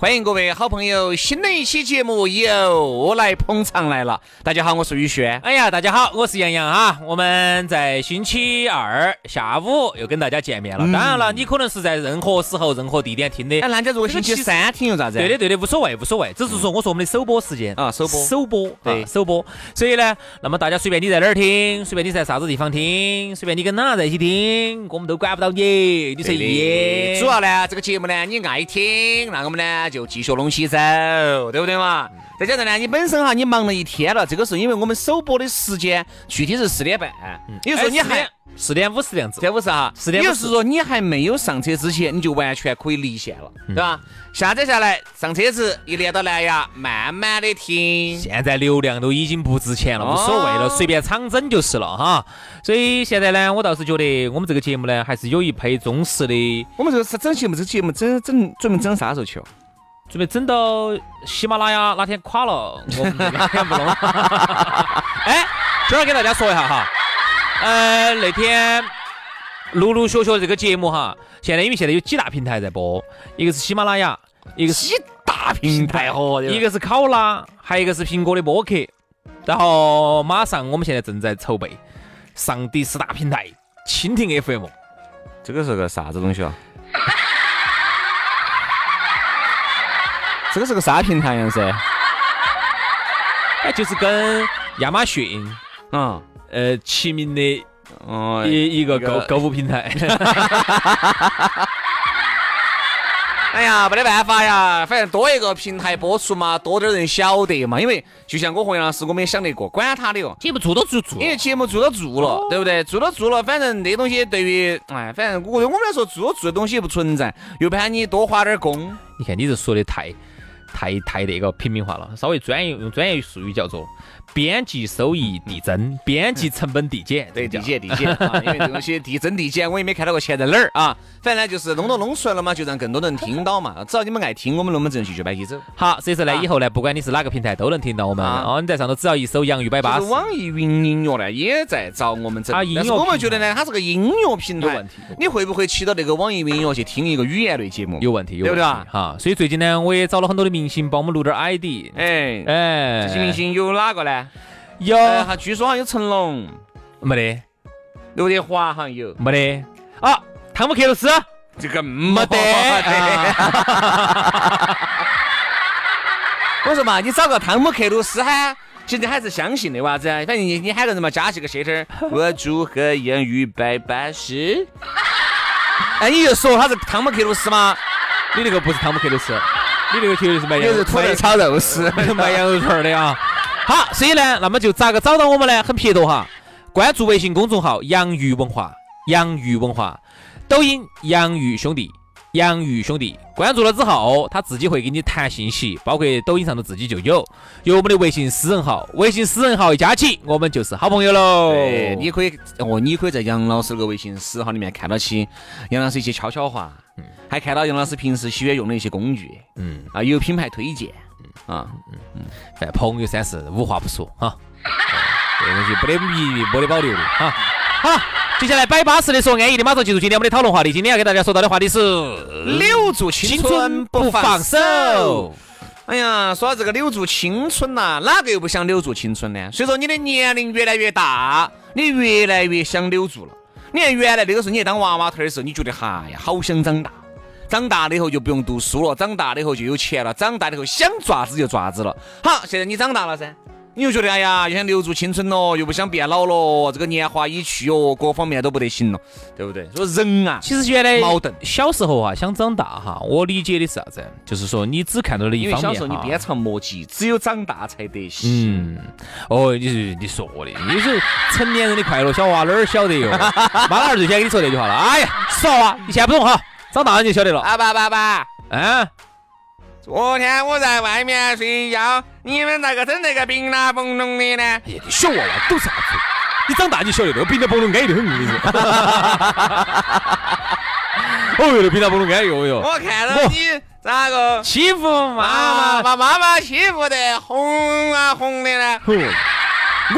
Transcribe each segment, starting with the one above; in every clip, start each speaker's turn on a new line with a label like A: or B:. A: 欢迎各位好朋友，新的一期节目又来捧场来了。大家好，我是宇轩。
B: 哎呀，大家好，我是杨洋啊。我们在星期二下午又跟大家见面了。当然了，你可能是在任何时候、任何地点听的。
A: 嗯哎，那家如果
B: 这
A: 星
B: 个
A: 期
B: 其实
A: 三听又咋子？
B: 对的，对的，无所谓，无所谓，只是说我说我们的首播时间
A: 啊首播
B: 首播，
A: 对
B: 啊首播。所以呢，那么大家随便你在哪儿听，随便你在啥子地方听，随便你跟哪在一起听，我们都管不到你，你随意。
A: 主要呢，这个节目呢，你爱听，那我们呢就继续拢起走，对不对嘛？再加上呢，你本身哈，你忙了一天了，这个时候因为我们首播的时间具体是四点半，也就是说你
B: 哎四
A: 还
B: 点四点五十的样子，
A: 这不是哈，
B: 四点
A: 也
B: 五
A: 就
B: 十
A: 是说你还没有上车之前，你就完全可以离线了，对吧？下载下来，上车子一连到蓝牙，慢慢的听。
B: 现在流量都已经不值钱了，
A: 哦
B: 无所谓了，随便场整就是了哈。所以现在呢，我倒是觉得我们这个节目呢，还是有一批忠实的，
A: 我们这个是整节目，这个节目整整准备整啥时候去哦？
B: 准备整到喜马拉雅哪天垮了，我们就哪天不弄了。 哎，今儿给大家说一下哈，呃，那天。陆陆续续这个节目哈，现在因为现在有几大平台在播，一个是喜马拉雅，一个是
A: 几大平台哦，
B: 一
A: 个
B: 个是考拉，还有一个是苹果的播客。然后马上我们现在正在筹备上第四大平台蜻蜓 FM。
A: 这个是个啥子东西啊？ 这个是个啥平台呀？是？
B: 哎，就是跟亚马逊
A: 嗯，
B: 呃齐名的
A: 哦，
B: 一一个
A: 一个
B: 购购物平台。
A: 哎呀，没得办法呀，反正多一个平台播出嘛，多点人晓得嘛。因为就像我和杨老师，我们也想得过，管他的哟。哦
B: 节目做都做做
A: 因为节目做到做
B: 哦
A: 了，对不对？做到做了，反正那东西对于，哎，反正我对我们来说，做做的东西也不存在，又不喊你多花点儿工。
B: 你看你这说的太太太那个平民化了，稍微专业用专业术语叫做编辑收益递增，编辑成本递减。
A: 对，
B: 这
A: 递
B: 叫
A: 减递减啊， 因为这东西递增递减，我也没看到过钱在哪儿啊。反正呢就是弄都弄出来了嘛，就让更多人听到嘛。只要你们爱听，我们龙门阵继续摆起走。
B: 好，所以说呢，
A: 啊
B: 以后呢，不管你是哪个平台，都能听到我们。
A: 啊
B: 哦，你在上头只要一搜“洋芋摆巴
A: 就
B: 士
A: 是”，网易云音乐呢，也在找我们整
B: 啊音，乐
A: 但是我们
B: 平
A: 觉得呢，它是个音乐平台
B: 有问题
A: 你会不会骑到那个网易云音乐去听一个语言类节目？
B: 有问题，有
A: 对不
B: 问
A: 对
B: 题
A: 啊
B: 哈，所以最近呢，我也找了很多的明星帮我们录点 ID，
A: 哎，
B: 哎，
A: 这些明星有哪个呢？
B: 有
A: 呃，哈据说好像有成龙、
B: 没
A: 刘德华，好像有。
B: 得？没得啊，汤姆克鲁斯啊
A: 这个没得。哎我说嘛，你找个汤姆克鲁斯哈，现在还是相信的娃子。反正你你喊个人嘛，加起个舌 头儿，我祝贺英语百八十。哎，你就说他是汤姆克鲁斯吗？
B: 你那个不是汤姆克鲁斯，你那个绝对是卖羊
A: 又是土豆炒肉 丝。 哎
B: 卖卖羊肉串的啊。好，所以呢，那么就咋个找到我们呢？很撇脱哈，关注微信公众号“洋芋文化”，洋芋文化，抖音“洋芋兄弟”。洋芋兄弟关注了之后，他自己会给你弹信息，包括抖音上头自己就有，有我们的微信私人号，微信私人号一加起，我们就是好朋友喽。
A: 对，你可以哦，你可以在杨老师那个微信私号里面看到起杨老师一些悄悄话，还看到杨老师平时喜欢用的一些工具
B: 嗯，
A: 啊，有品牌推荐啊。
B: 反正朋友三是无话不说哈，这东西不得秘密，不得保留的哈。好，接下来摆巴适的说安逸的，马上进入今天我们的讨论话题。今天要给大家说到的话题是
A: 留住嗯青春不放手。。哎呀，说到这个留住青春呐、哪个又不想留住青春呢？随着你的年龄越来越大，你越来越想留住了。你看原来那个时候你还当娃娃头儿的时候，你觉得哈呀，好想长大。长大了以后就不用读书了，长大了以后就有钱了，长大了以后想爪子就爪子了。好，现在你长大了噻，你又觉得哎呀，又想留住青春咯，又不想变老咯，这个年华已去哦，各方面都不得行了，对不对？所以人啊，
B: 其实原来
A: 矛盾
B: 小时候哈、啊想长大哈、我理解的是啥子？就是说你只看到了一
A: 因为
B: 方面
A: 小时候你
B: 哈
A: 鞭长莫及，只有长大才得行。
B: 嗯，哦，你是你说的，你是成年人的快乐，小娃哪儿晓得哟？妈老汉儿最先跟你说这句话了。哎呀，说娃，你现在不懂哈，长大了你就晓得了。
A: 啊爸爸爸，
B: 啊，
A: 昨天我在外面睡觉，你们咋个整那个冰啦嘣咚的呢？
B: 哎呀，你小娃娃懂啥子？你长大你晓得那个冰糖菠萝安逸得很，我 跟你说。哦哟，那冰糖菠萝安逸哦哟，
A: 我看到你咋个
B: 欺负妈
A: 妈妈
B: 妈，
A: 把妈妈欺负得红啊红的呢？
B: 哼哦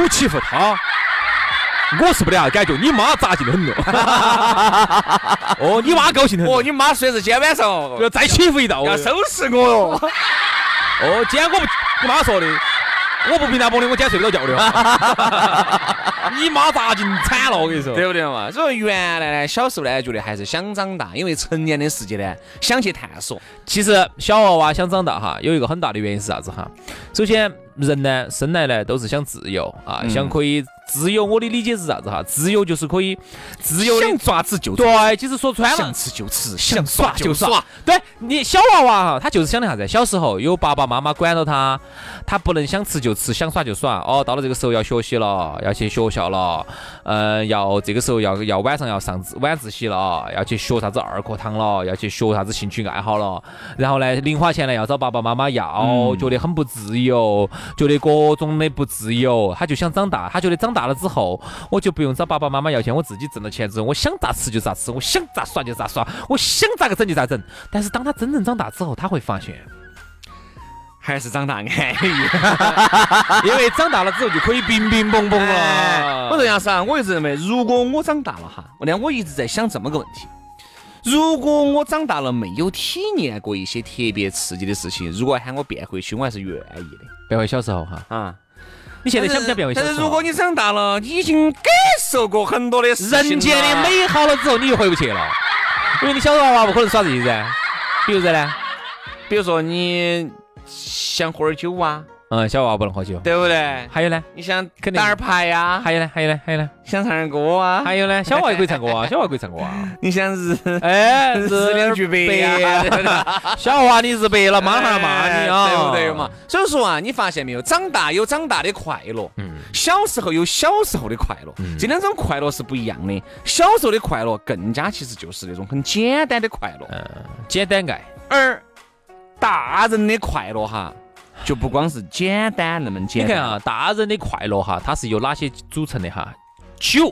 B: 我欺负他。我是不得啥感觉，你妈扎劲 得很了。哦，你妈高兴得很
A: 哦，，你妈睡是今晚上哦
B: 要再欺负一道，
A: 要收拾我哟。
B: 哦，今天我不，你妈说的，我不平常崩的，我今天睡不着觉的。 你妈咋劲惨了，我跟你说。
A: 对不对嘛？所以原来呢，小时候呢，觉得还是想长大，因为成年的世界呢，想去探索。
B: 其实小娃娃想长大哈，有一个很大的原因是啥子哈？首先，人呢生来呢都是想自由啊，
A: 嗯
B: 想可以自由。我的理解是啥子哈？自由就是可以自由的。
A: 想抓子就抓，
B: 对，其实说穿了
A: 想，吃就吃，
B: 想
A: 想
B: 耍
A: 耍
B: 就
A: 就
B: 耍
A: 耍。。
B: 对你小娃娃哈，他就是想的啥子？小时候有爸爸妈妈管到他，他不能想吃就吃，想耍就耍。哦，到了这个时候要学习了，要去学校了，呃，要这个时候要要晚上要上自晚自习了，要去学啥子二课堂了，要去学啥子兴趣爱好了。然后呢，零花钱呢要找爸爸妈妈要，觉得很不自由，觉得各种的不自由。他就想长大，他觉得长大了之后，我就不用找爸爸妈妈要钱，我自己挣了钱之后，我想咋吃就咋吃，我想咋耍就咋耍，我想咋个整就咋整。但是当他真正长大之后，他会发现，
A: 还是长大安逸。
B: 因为长大了之后就可以乒乒乓乓
A: 哎
B: 了。
A: 我说杨生，我一直认为，如果我长大了哈，我呢，我一直在想这么个问题：如果我长大了没有体验过一些特别刺激的事情，如果喊我变回去，我还是愿意的
B: 变回小时候哈，
A: 啊。
B: 你现在想不想变回小
A: 但
B: 时
A: 是
B: 候？
A: 如果你长大了，你已经感受过很多的事情了
B: 人间的。美好了之后，你又回不去了，因为你小时候娃娃不可能耍这些噻。比如说呢，
A: 比如说你想喝点酒啊，
B: 嗯，小娃娃不能喝酒。
A: 对不对？
B: 还有呢，
A: 你想
B: 肯定
A: 打点牌呀、
B: 还有呢，还有呢，还有呢，
A: 想唱点歌啊，
B: 还有呢，小娃娃也可以唱歌啊，小娃娃可以唱歌啊。
A: 你想日
B: 哎，
A: 日两句白
B: 啊
A: 呀、啊对不对
B: 小娃你日白了，妈妈骂你啊，
A: 哎对不对嘛？？所以说啊，你发现没有，长大有长大的快乐，
B: 嗯，
A: 小时候有小时候的快乐，这两种快乐是不一样的。小时候的快乐更加其实就是那种很简单的快乐，
B: 嗯简单爱，
A: 而大人的快乐哈，就不光是简单那么
B: 你
A: 简
B: 看
A: 单。
B: 啊，大人的快乐哈，它是由哪些组成的哈？酒、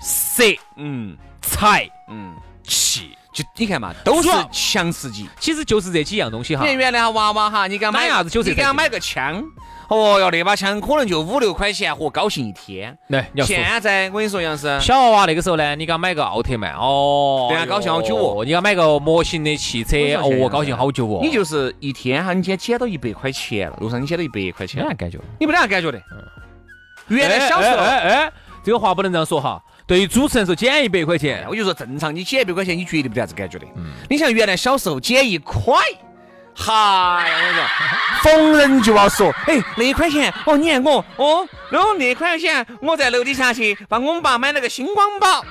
B: 色、
A: 嗯
B: 财、
A: 嗯，
B: 气，
A: 就你看嘛，都是
B: 爽
A: 强刺激。
B: 其实就是这几样东西哈
A: 你。看原来啊娃娃哈，你给他买
B: 买啥子酒色
A: 你给他买个枪，哦哟，那把枪可能就五六块钱，嚯，高兴一天。
B: 来，你要说。
A: 现在我跟你说，杨师，
B: 小娃娃那个时候呢，你给他买个奥特曼哦，
A: 对啊
B: 哎呦
A: 高兴好久哦
B: 你给他买个模型的汽车
A: 我说现在
B: 哦，高兴好久哦。
A: 你就是一天哈，你今天捡到一百块钱了，路上你捡到一百块
B: 没
A: 钱
B: 啥，感觉。
A: 你没得啥感觉的。原来小时候，
B: 哎哎哎，这个话不能这样说哈。对于主持人说减一百块钱，
A: 哎我就说正常，你捡一百块钱，你绝对没得啥子感觉的。你像原来小时候捡一块。哈呀！我跟你说，逢人就要说，哎，那一块钱，哦，你看我，哦，那那块钱，我在楼底下去帮我们爸买了个星光宝，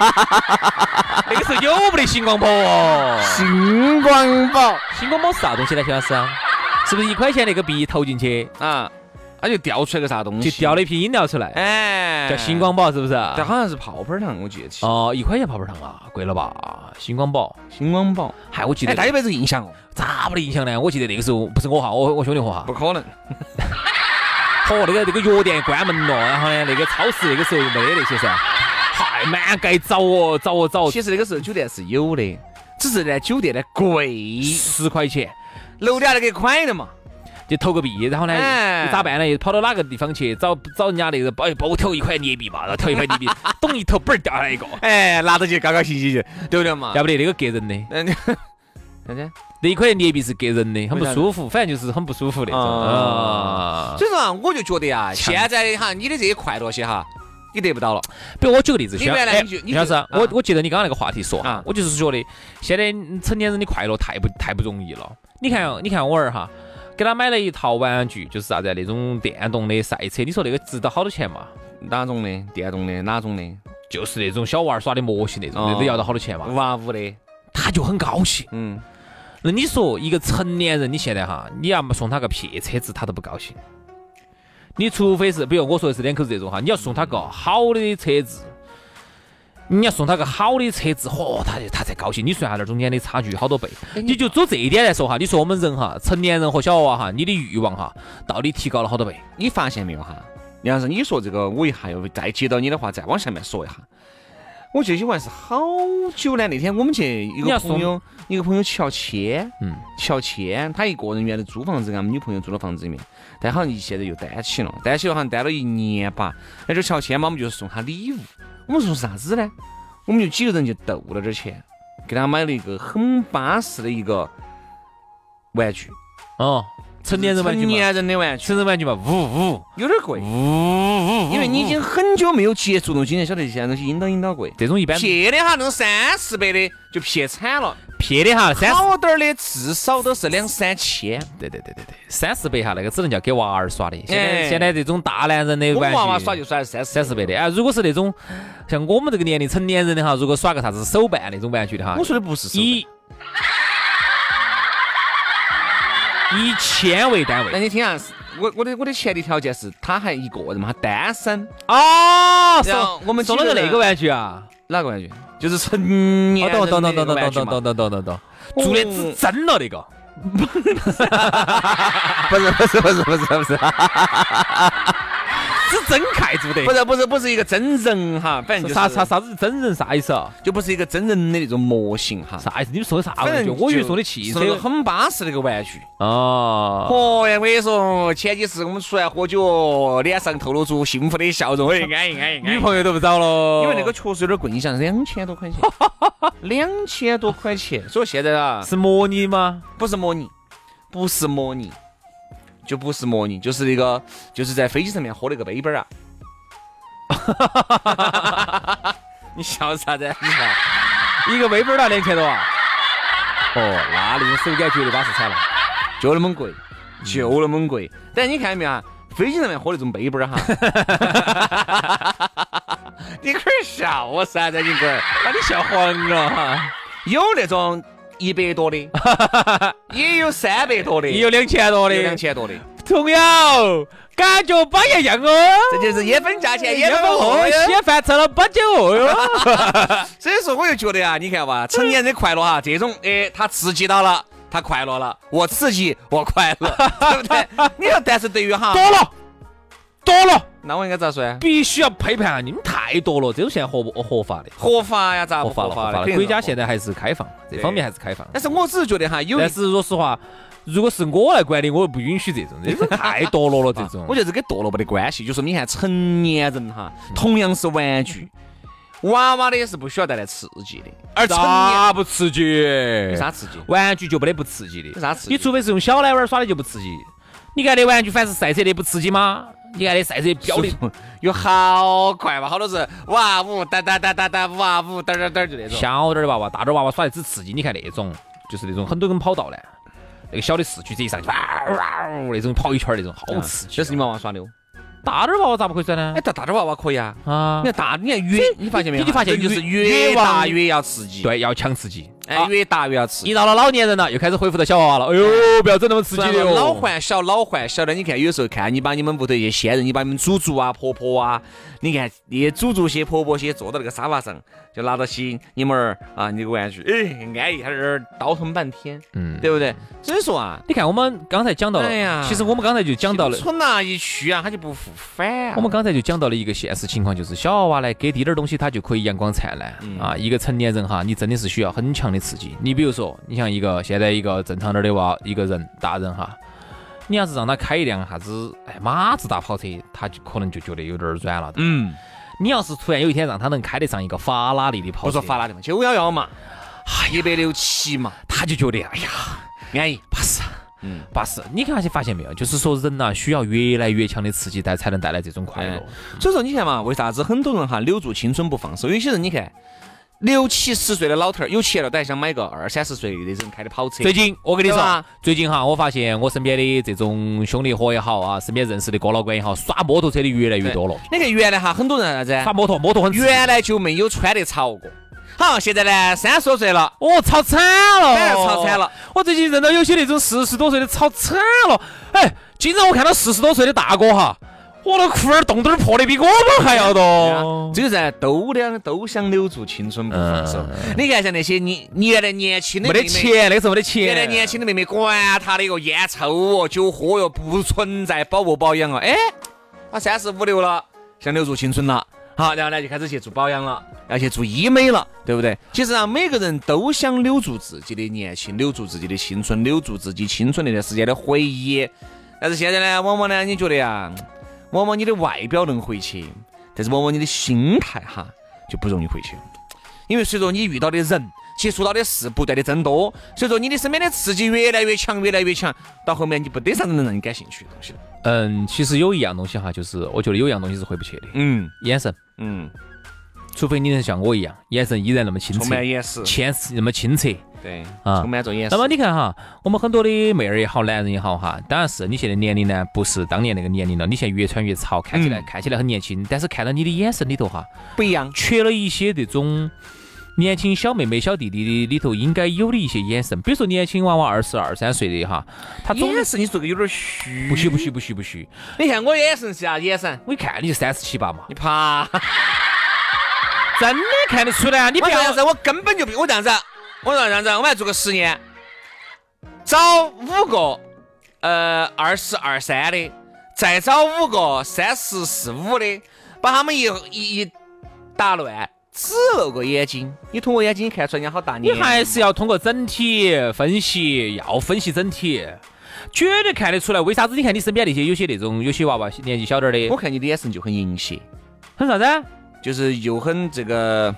B: 那个时候有没得星光宝哦？
A: 星光宝
B: 星光宝是啥东西呢，徐老师？是不是一块钱那个币投进去
A: 啊，它就掉出来个啥东
B: 就
A: 西，
B: 掉了一瓶饮料出来，
A: 哎，
B: 叫星，光宝是不是？
A: 但好像是泡泡糖，我记得起，
B: 哦，一块钱泡泡糖啊，贵了吧？星光宝，
A: 星光宝，
B: 嗨，我记
A: 哎，
B: 得
A: 大家有没有这个印象哦？
B: 咋没得印象呢？我记得那个时候不是我哈，我我兄弟伙哈，
A: 不可能，
B: 嚯，那个那个药店关门了，然后呢，那个超市那个时候没得那些噻，嗨，满街找哦找哦找哦，
A: 其实那个时候酒店是有的，只是呢酒店呢贵，
B: 十块钱
A: 楼底下那个快的嘛，
B: 就投个币，然后呢，
A: 哎
B: 你咋办呢？又跑到哪个地方去找找人家那个，哎，帮我投一块捏币嘛，然后投一块 捏币，咚一投，嘣儿掉下来一啊个，
A: 哎，拿到去高高兴兴去，对不对嘛？
B: 要不得那个给人的，
A: 嗯，啥 子？
B: 那一块捏币是给人的，很
A: 为
B: 不
A: 啥子
B: 舒服，反正就是很不舒服那种
A: 啊
B: 啊。
A: 所以说啊，我就觉得啊，现在的哈，你的这些快乐些哈，你得不到了，
B: 比如我举个例子，
A: 你
B: 徐老
A: 原来
B: 哎
A: 你就你
B: 徐老师
A: 就
B: 啊，
A: 啊
B: 我我记得你刚刚那个话题说哈
A: 啊，
B: 我就是觉得现在成年人的快乐太不太不容易了。你看哦，你看我儿哈，给他买了一套玩具，就是啥子啊那种电动的赛车，你说那个值到好多钱嘛？
A: 哪种的？电动的？哪种的？
B: 就是那种小娃儿耍的模型那种，那
A: 哦
B: 都要到好多钱嘛？
A: 五啊五的？
B: 他就很高兴。
A: 嗯，
B: 那你说一个成年人，你现在哈，你要么送他个撇车子，他都不高兴。你除非是，比如我说的是两口子这种哈，你要送他个好的车子，你要送他个好的车子，嚯、他就他才高兴。你算下那中间的差距好多倍，
A: 哎
B: 你就走这一点来说哈，你说我们人哈，成年人和小娃娃哈，你的欲望哈，到底提高了好多倍？
A: 你发现没有哈？梁老师，你说这个，我一下又再接到你的话，再往下面说一下。我最喜欢是好久呢，那天我们去一
B: 你要
A: 个
B: 说
A: 朋友，一个朋友乔迁，
B: 嗯，
A: 乔迁，他一个人原来租房子，俺们女朋友租的房子里面，但好像现在又单起了，单起了好像单了一年吧。那就乔迁嘛，我们就送他礼物，我们送啥子呢？我们就几个人就斗了点钱，给他买了一个很巴适的一个玩具，
B: 哦，成年人玩具
A: 成
B: 嘛，
A: 年人的玩具，
B: 成人玩具嘛，呜呜
A: 有点贵。
B: 呜呜，
A: 因为你已经很久没有接触东西，你晓得这些东西应当应当贵。
B: 这种一般
A: 撇的哈，那种三四百的就撇惨了，
B: 撇的哈，三十
A: 好点儿的至少都是两三千。
B: 对对对对对，三四百哈，那个只能叫给娃儿耍的。现在、
A: 哎
B: 现在这种大男人的
A: 我们
B: 玩具，
A: 娃娃耍就耍三
B: 三四百的。哎，如果是那种像我们这个年龄成年人的哈，如果耍个啥子手办那种玩具的哈
A: 我，说的不是手
B: 以以千为单
A: 那
B: 位。
A: 你听啊，是我我的我的前提条件是他还一个人嘛，他单身。
B: 哦，
A: 然后
B: 送
A: 我们
B: 送了
A: 几
B: 个
A: 个人
B: 那个玩具啊！
A: 哪个玩具？就是成年
B: 哦，懂懂懂懂懂
A: 玩
B: 懂
A: 具嘛
B: 懂懂懂懂懂懂，
A: 哦
B: 做的只真了那个。
A: 不是不是不是不是不是
B: 哎只真看做的，
A: 不是不是不是一个真人哈，反正就是
B: 啥啥啥子真人啥意思啊？
A: 就不是一个真人的那种模型哈。
B: 啥意思？你们送的啥
A: 反
B: 玩
A: 正
B: 具？
A: 就
B: 我以为送的汽
A: 是那
B: 车
A: 个。很巴适的一个玩具。
B: 哦，
A: 哦呀，我跟你说，前几次我们出来喝酒，脸上透露出幸福的笑 容，哎，安逸安逸安
B: 女
A: 逸。
B: 朋友都不找了，
A: 因为那个确实有点贵，你想两千多块钱， 两千多块钱，所以现在啊，
B: 是模拟吗？
A: 不是模拟，不是模拟，就不是模拟，就是那个，就是在飞机上面喝那个杯杯儿啊。你笑啥子？你看，
B: 一个微本拿两千多啊？哦，那那种手感绝对巴适惨了。
A: 就那么贵，就那么贵。但你看见没有啊？飞机上面喝那种杯杯 儿哈，你龟儿笑啊我啥子？你啊龟儿。
B: 把你笑黄了哈！
A: 有那种一百 多的，也有三百多的，
B: 你有两千多的，
A: 有两千多的，
B: 同样感觉不一样哦。
A: 这就是也分价哎钱，也分货
B: 哦，
A: 哟。
B: 稀饭吃了八九饿哟。
A: 所以说，我就觉得啊，你看吧，成年人快乐哈，这种哎，他刺激到了，他快乐了，我刺激，我快 乐，对不对？你说，但是对于哈，
B: 多了，多了，
A: 那我应该咋说呀？啊
B: 必须要批判你们太多了，这种现在合不合法的？
A: 合法呀，咋不
B: 合法
A: 合
B: 了，合
A: 法
B: 法
A: 的？
B: 了。国家
A: 现，
B: 现在还是开放，这方面还是开放。
A: 但是我只是觉得哈，有一
B: 但是说实话，如果是我来管理，我不允许这种，这种太堕落了，这种。
A: 我觉得这跟堕落没得关系，就说你看成年人哈，同样是玩具，娃娃的也是不需要带来刺激的，而成年
B: 咋不刺激
A: 有？
B: 嗯
A: 啥刺激？
B: 玩具就没得不刺激的。
A: 有啥刺激
B: 你除非是用小奶娃儿耍的就不刺激。你看那玩具，凡是赛车的不刺激吗？你看那赛车标
A: 有
B: 的
A: 的，有好快嘛，好多是哇五哒哒哒哒哒五啊五哒哒哒就那种。
B: 小点儿的娃娃、大点儿娃娃耍的只刺激。你看那种，就是那种很多人跑道呢，那个小的市区这一上去，哇哇呜那种跑一圈儿那种，好刺激。
A: 这是你娃娃耍的哦。
B: 大点儿娃娃咋不可以耍呢
A: 哎，？大大的娃娃可以啊。
B: 啊
A: 你，看大，你看越啊你发现没有？
B: 你就发现
A: 就是
B: 越越
A: 越
B: 往
A: 大越要刺激。，
B: 对，要强刺激。
A: 哎
B: 啊，
A: 越大越要刺激。
B: 一到了老年人了，又开始恢复到小娃娃了。哎呦，不要整那么刺激的哟。
A: 老还小，老还小的，你看有时候看你把你们屋头一些先人，你把你们祖祖啊、婆婆啊，你看那些祖祖些、婆婆些坐到那个沙发上，就拿到起你们儿啊，你个玩具，哎，安逸，还在那儿倒腾半天，
B: 嗯
A: 对不对？所以说啊，
B: 你看，我们刚才讲到了，
A: 哎呀
B: 其实我们刚才就讲到了，
A: 村呐一去啊，他就不复返啊。
B: 我们刚才就讲到了一个现实情况，就是小娃娃呢，给滴点儿东西，他就可以阳光灿烂、
A: 嗯
B: 啊。一个成年人哈，你真的是需要很强的刺激。你比如说，你像一个现在一个正常点儿的娃，一个人大人哈，你要是让他开一辆啥子哎马自达跑车，他就可能就觉得有点儿软了。
A: 嗯，
B: 你要是突然有一天让他能开得上一个法拉利的跑
A: 不
B: 车，
A: 说法拉利嘛，九幺幺嘛，一百六七嘛，
B: 他就觉得哎呀
A: 安逸。
B: 巴适。
A: 嗯，
B: 巴适，你看发现没有？就是说人呐、需要越来越强的刺激，带才能带来这种快乐。
A: 哎所以说你看嘛，为啥子很多人哈留住青春不放手？有些人你看六七十岁的老头儿有钱了都还想买个二三十岁的人开的跑车
B: 最。近我跟你
A: 对
B: 说
A: 吧，
B: 最近哈，我发现我身边的这种兄弟伙也好啊，身边认识的哥老倌也好，耍摩托车的越来越
A: 对
B: 多了。
A: 你看原来哈，很多人啥子？
B: 耍摩托，摩托很刺激
A: 原来就没有穿得潮过。好，现在呢，三十多岁了，
B: 哦，吵惨了，
A: 当然吵惨哎了。
B: 我最近认到有些那种四十多岁的吵惨了，哎，经常我看到四十多岁的大哥哈，我的裤儿洞洞儿破的比我们还要
A: 啊
B: 多。
A: 这个人都两都想留住青春不放手。你看像那些你你原来年轻的
B: 嗯没得
A: 妹妹
B: 钱，那个时候没得
A: 原来
B: 钱。
A: 年轻的妹妹，管啊她的一个烟抽哦，酒喝哟，不存在保不保养哦。哎，她三十五六了，想留住青春了，好，然后呢就开始去做保养了，要去做医美了，对不对？其实啊，每个人都想留住自己的年轻，留住自己的青春，留住自己青春那段时间的回忆。但是现在呢，往往呢，你觉得呀，往往你的外表能回去，但是往往你的心态哈就不容易回去了。因为随着你遇到的人、接触到的事不断的增多，随着你的身边的刺激越来越强、越来越强，到后面你不得啥子能让你感兴趣的东西了。
B: 嗯，其实有一样东西哈，就是我觉得有一样东西是回不去的，
A: 嗯
B: 眼神。
A: 嗯，
B: 除非你能像我一样，眼神依然那么清
A: 充
B: 澈，
A: 满眼屎，
B: 浅那么清澈。
A: 嗯对，
B: 啊
A: 充满着眼屎。
B: 那么你看哈，我们很多的妹儿也好，男人也好哈，当然是你现在年龄呢，不是当年那个年龄了。你现在越穿越潮，看起来、
A: 嗯
B: 看起来很年轻，但是看到你的眼神里头哈，
A: 不一样，
B: 缺了一些这种年轻小妹妹、小弟弟的里头应该有的一些眼神。比如说年轻娃娃二十二三岁的哈，他总
A: 眼神你说的有点虚。
B: 不许不许不许不许，
A: 你看我眼神是啥眼神？
B: 我一看你就三十七八嘛，
A: 你怕？
B: 真的看得出来啊！你
A: 你
B: 不
A: 不要这
B: 要
A: 样子，我根本就不，我这样子，啊我这样子，我们来做个实验，找五个，呃，二十二三的，再找五个三十四五的，把他们一一一打乱，只露个眼睛，你通过眼睛看出来人家好大
B: 你
A: 年。
B: 还是要通过整体分析，要分析整体，绝对看得出来。为啥子？你看你身边那些有些那种有些娃娃年纪小点儿
A: 我
B: 的，
A: 看你的眼神就很淫邪，
B: 很啥子啊？
A: 就是又很这个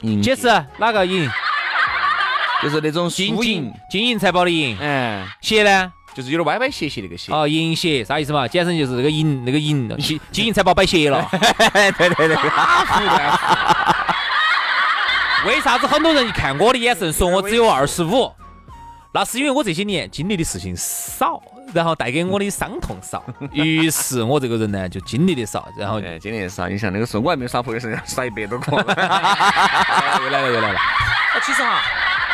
A: 淫邪，
B: 解释啊哪个赢？
A: 就是那种
B: 金
A: 嗯输
B: 金
A: 赢，
B: 金银财宝的银，
A: 嗯，
B: 邪呢？
A: 就是有点歪歪斜斜那个斜。
B: 哦，银邪啥意思嘛？简称就是那个银那个银，金金银财宝摆斜了。
A: 哎对对对，
B: 为啥子很多人一看我的眼神说我只有二十五？那是因为我这些年经历的事情少，然后带给我的伤痛少，于是我这个人呢就经历的少，然后
A: 哎对，今年少，你像那个时候我还没有耍朋友，身上耍一百多 个。
B: 又来了又来了。啊，其实哈，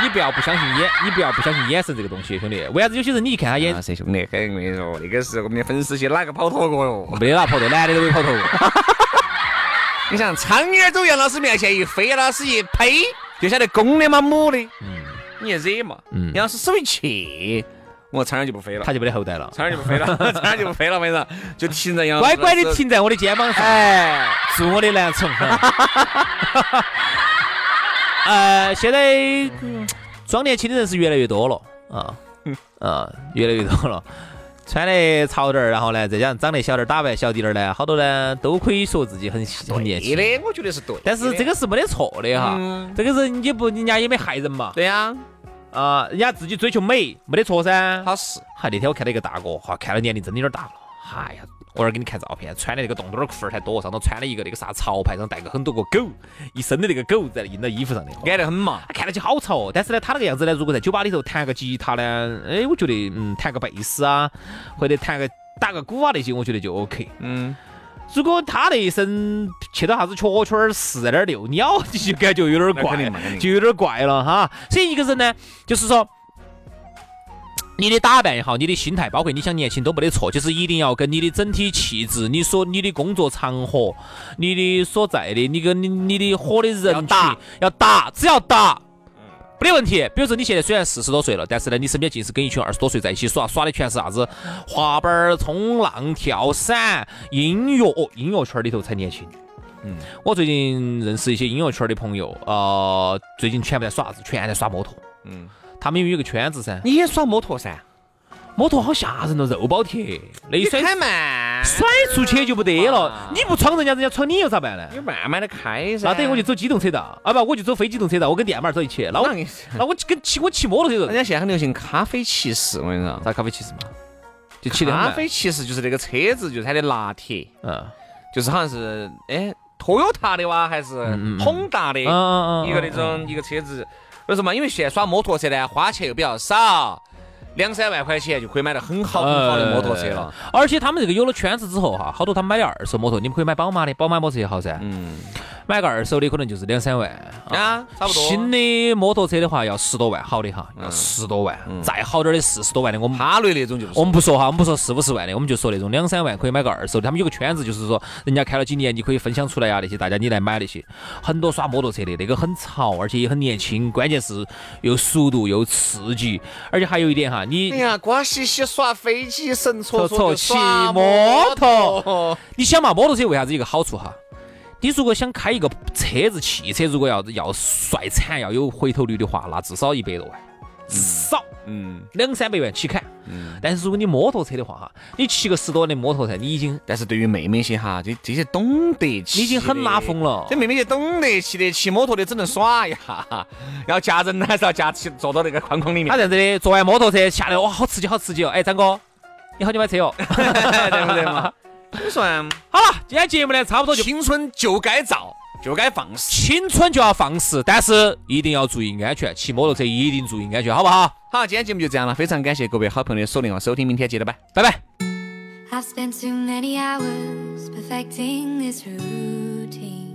B: 你不要不相信眼，你不要不相信眼神这个东西，兄弟。为啥子有些人你一看他眼
A: 啊，，谁兄弟，跟你说，那个是我们的粉丝些哪个跑脱过哟？
B: 没得哪跑头，男的都没跑头过。
A: 你想，苍蝇儿走杨老师面前一飞，杨老师一呸，就晓得公的嘛母的，
B: 嗯
A: 你惹嘛？
B: 嗯
A: 杨老师手一去，我苍蝇就不 飞了，
B: 他就没得后代了，
A: 苍蝇就不飞了， 苍蝇就不飞了，我跟你说，就停在杨老
B: 乖
A: 师
B: 乖的。停在我的肩膀上，
A: 哎，
B: 做我的男宠。 呃，现在嗯装年轻的人是越来越多了 啊啊，越来越多了。穿的潮点儿，然后呢，再加上长得小点儿，打扮小滴点儿呢，好多呢都可以说自己很很年轻。
A: 对的，我觉得是对的。
B: 但是这个是没得错的哈，
A: 嗯
B: 这个人也不，人家也没害人嘛，
A: 对呀，
B: 啊、人家自己追求美，没得错噻。
A: 他是
B: 嗨，那天我看到一个大哥，哈，看了年龄真的有点大了，哎呀，我儿给你看照片，穿的那个洞洞儿裤儿太多，上头穿了一个那个啥潮牌，上带个很多个狗，一身的那个狗在印到衣服上的，
A: 矮得很嘛。
B: 他看上去好潮哦，但是呢，他那个样子呢，如果在酒吧里头弹个吉他呢，哎，我觉得嗯，弹个贝斯啊，或者弹个打个鼓啊那些，我觉得就 OK。
A: 嗯，
B: 如果他那一身去到啥子雀雀儿四点六鸟， 你就感觉有点
A: 那肯定嘛
B: 怪，
A: 肯定
B: 就有点怪了哈。所以一个人呢，就是说。你的打扮也好，你的心态，包括你想年轻都没得错，就是一定要跟你的整体气质、你所你的工作场合、你的所在的、你跟你你的火的人
A: 要
B: 群
A: 打嗯
B: 要打，只要打，没得问题。比如说你现在虽然四十多岁了，但是呢，你身边尽是跟一群二十多岁在一起耍，耍的全是啥子滑板儿、冲浪、跳伞、音乐哦，音乐圈儿里头才年轻。嗯，我最近认识一些音乐圈儿的朋友，呃，最近全部在耍啥子？全在耍摩托。
A: 嗯
B: 嗯，他们因为有一个圈子噻，
A: 你也耍摩托噻？
B: 摩托好吓人哦，肉包铁，那一
A: 你
B: 甩
A: 开慢，
B: 甩出去就不得了
A: 哇。啊
B: 你不闯人家，人家闯你又咋办呢
A: 你？慢慢的开噻。
B: 那等于我就走机动车道，啊不，我就走非机动车道，我跟电马儿走一起。那我
A: 那你
B: 那我跟骑我骑摩托车
A: 人
B: 人，
A: 家现在很流行咖啡骑士，我跟你说。
B: 啥咖啡骑士嘛？就骑得很
A: 咖
B: 慢
A: 啡。其实就是那个车子，就是它的拿铁，
B: 嗯，
A: 就是好像是哎 Toyota 的哇，还是
B: 嗯嗯嗯
A: Honda 的，
B: 嗯嗯嗯
A: 一个那种一个车子。为什么？因为现在耍摩托车呢，花钱又比较少，两三万块钱就可以买到很好很好的摩托车了。
B: 呃。而且他们这个有了圈子之后哈，好多他们买的二手摩托，你们可以买宝马的，宝马摩托车也好噻。
A: 嗯，
B: 买个二手的可能就是两三万
A: 啊差不多
B: 新的摩托车的话要十多万，好的哈，要
A: 嗯
B: 十多万，再好点儿的四十多万的我们。
A: 哈雷那种就是
B: 我们不说哈，我们不说四五十万的，我们就说那种两三万可以买个二手的。他们有个圈子，就是说人家开了几年，你可以分享出来呀、那些大家你来买那些。很多耍摩托车的，那个很潮，而且也很年轻，关键是又速度又刺激，而且还有一点哈，你
A: 哎呀，瓜兮兮耍飞机，神戳
B: 搓搓
A: 戳
B: 骑摩
A: 摩
B: 托。 你想嘛，摩托车为啥子一个好处哈？你如果想开一个车子，汽车如果要要帅惨，要有回头率的话，那至少一百多万，至少
A: 嗯，
B: 两三百万起砍。但是如果你摩托车的话哈，你骑个十多年摩托车，你已经
A: 但是对于妹妹些哈，这这些懂得骑，
B: 你已经很拉风。了
A: 这。妹妹些懂得骑的，骑摩托的只能耍一下，要夹人呢还是要夹起坐到那个框框里面，
B: 他这样子的，坐完摩托车下来，哇，好刺激，好刺激哦！哎，张哥，你好久买车哟？
A: 对不对嘛？所以说啊，
B: 好了，今天节目呢，差不多就
A: 青春就该造，就该放肆。
B: 青春就要放肆，但是一定要注意安全，骑摩托车一定注意安全，好不好？
A: 好，今天节目就这样了，非常感谢各位好朋友的锁定和收听，明天接着拜。
B: 拜拜。
C: I've spent too many hours perfecting this routine.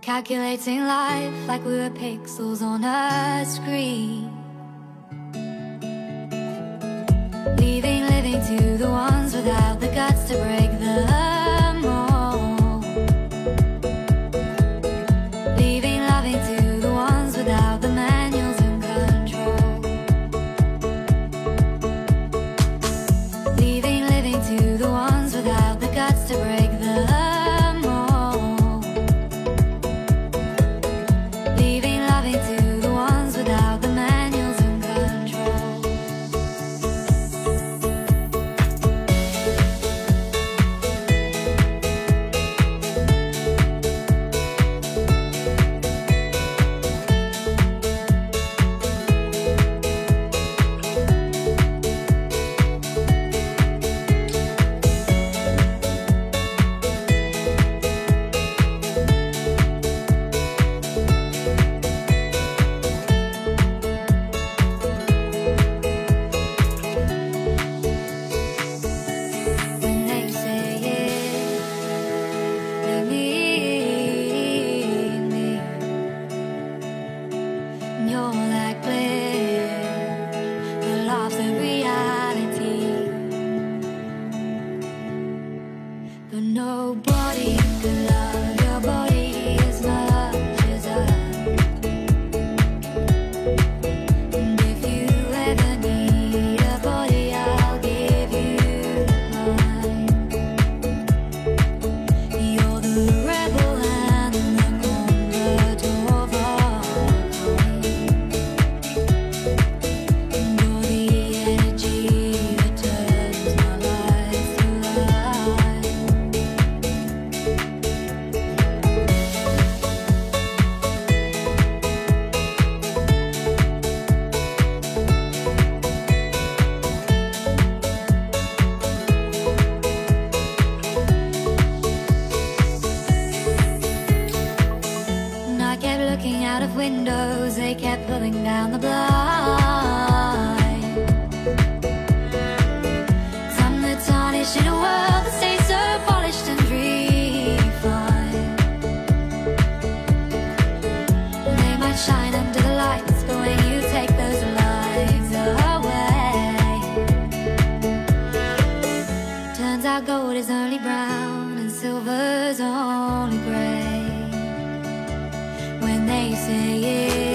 C: Calculating life like we were pixels on a screen. Leaving living to the ones without the guts to break the mold. Leaving loving to the ones without the manuals and control. Leaving living to the ones without the guts to break the mold. Leaving loving to the ones without the manuals and control. When they say it, they mean me. And you're like bliss, the love's a reality. But nobody could love your body as much as I. And if you ever need a body, I'll give you mine. You're the rebel and the condor of our And you're the energy that turns my life to life. And I kept looking out of windows, they kept pulling down the blinds. Some that tarnish in a world that stays so polished and refined. They might shine under the lights, but when you take those lights away, turns out gold is only brown and silver's only gray when they say it.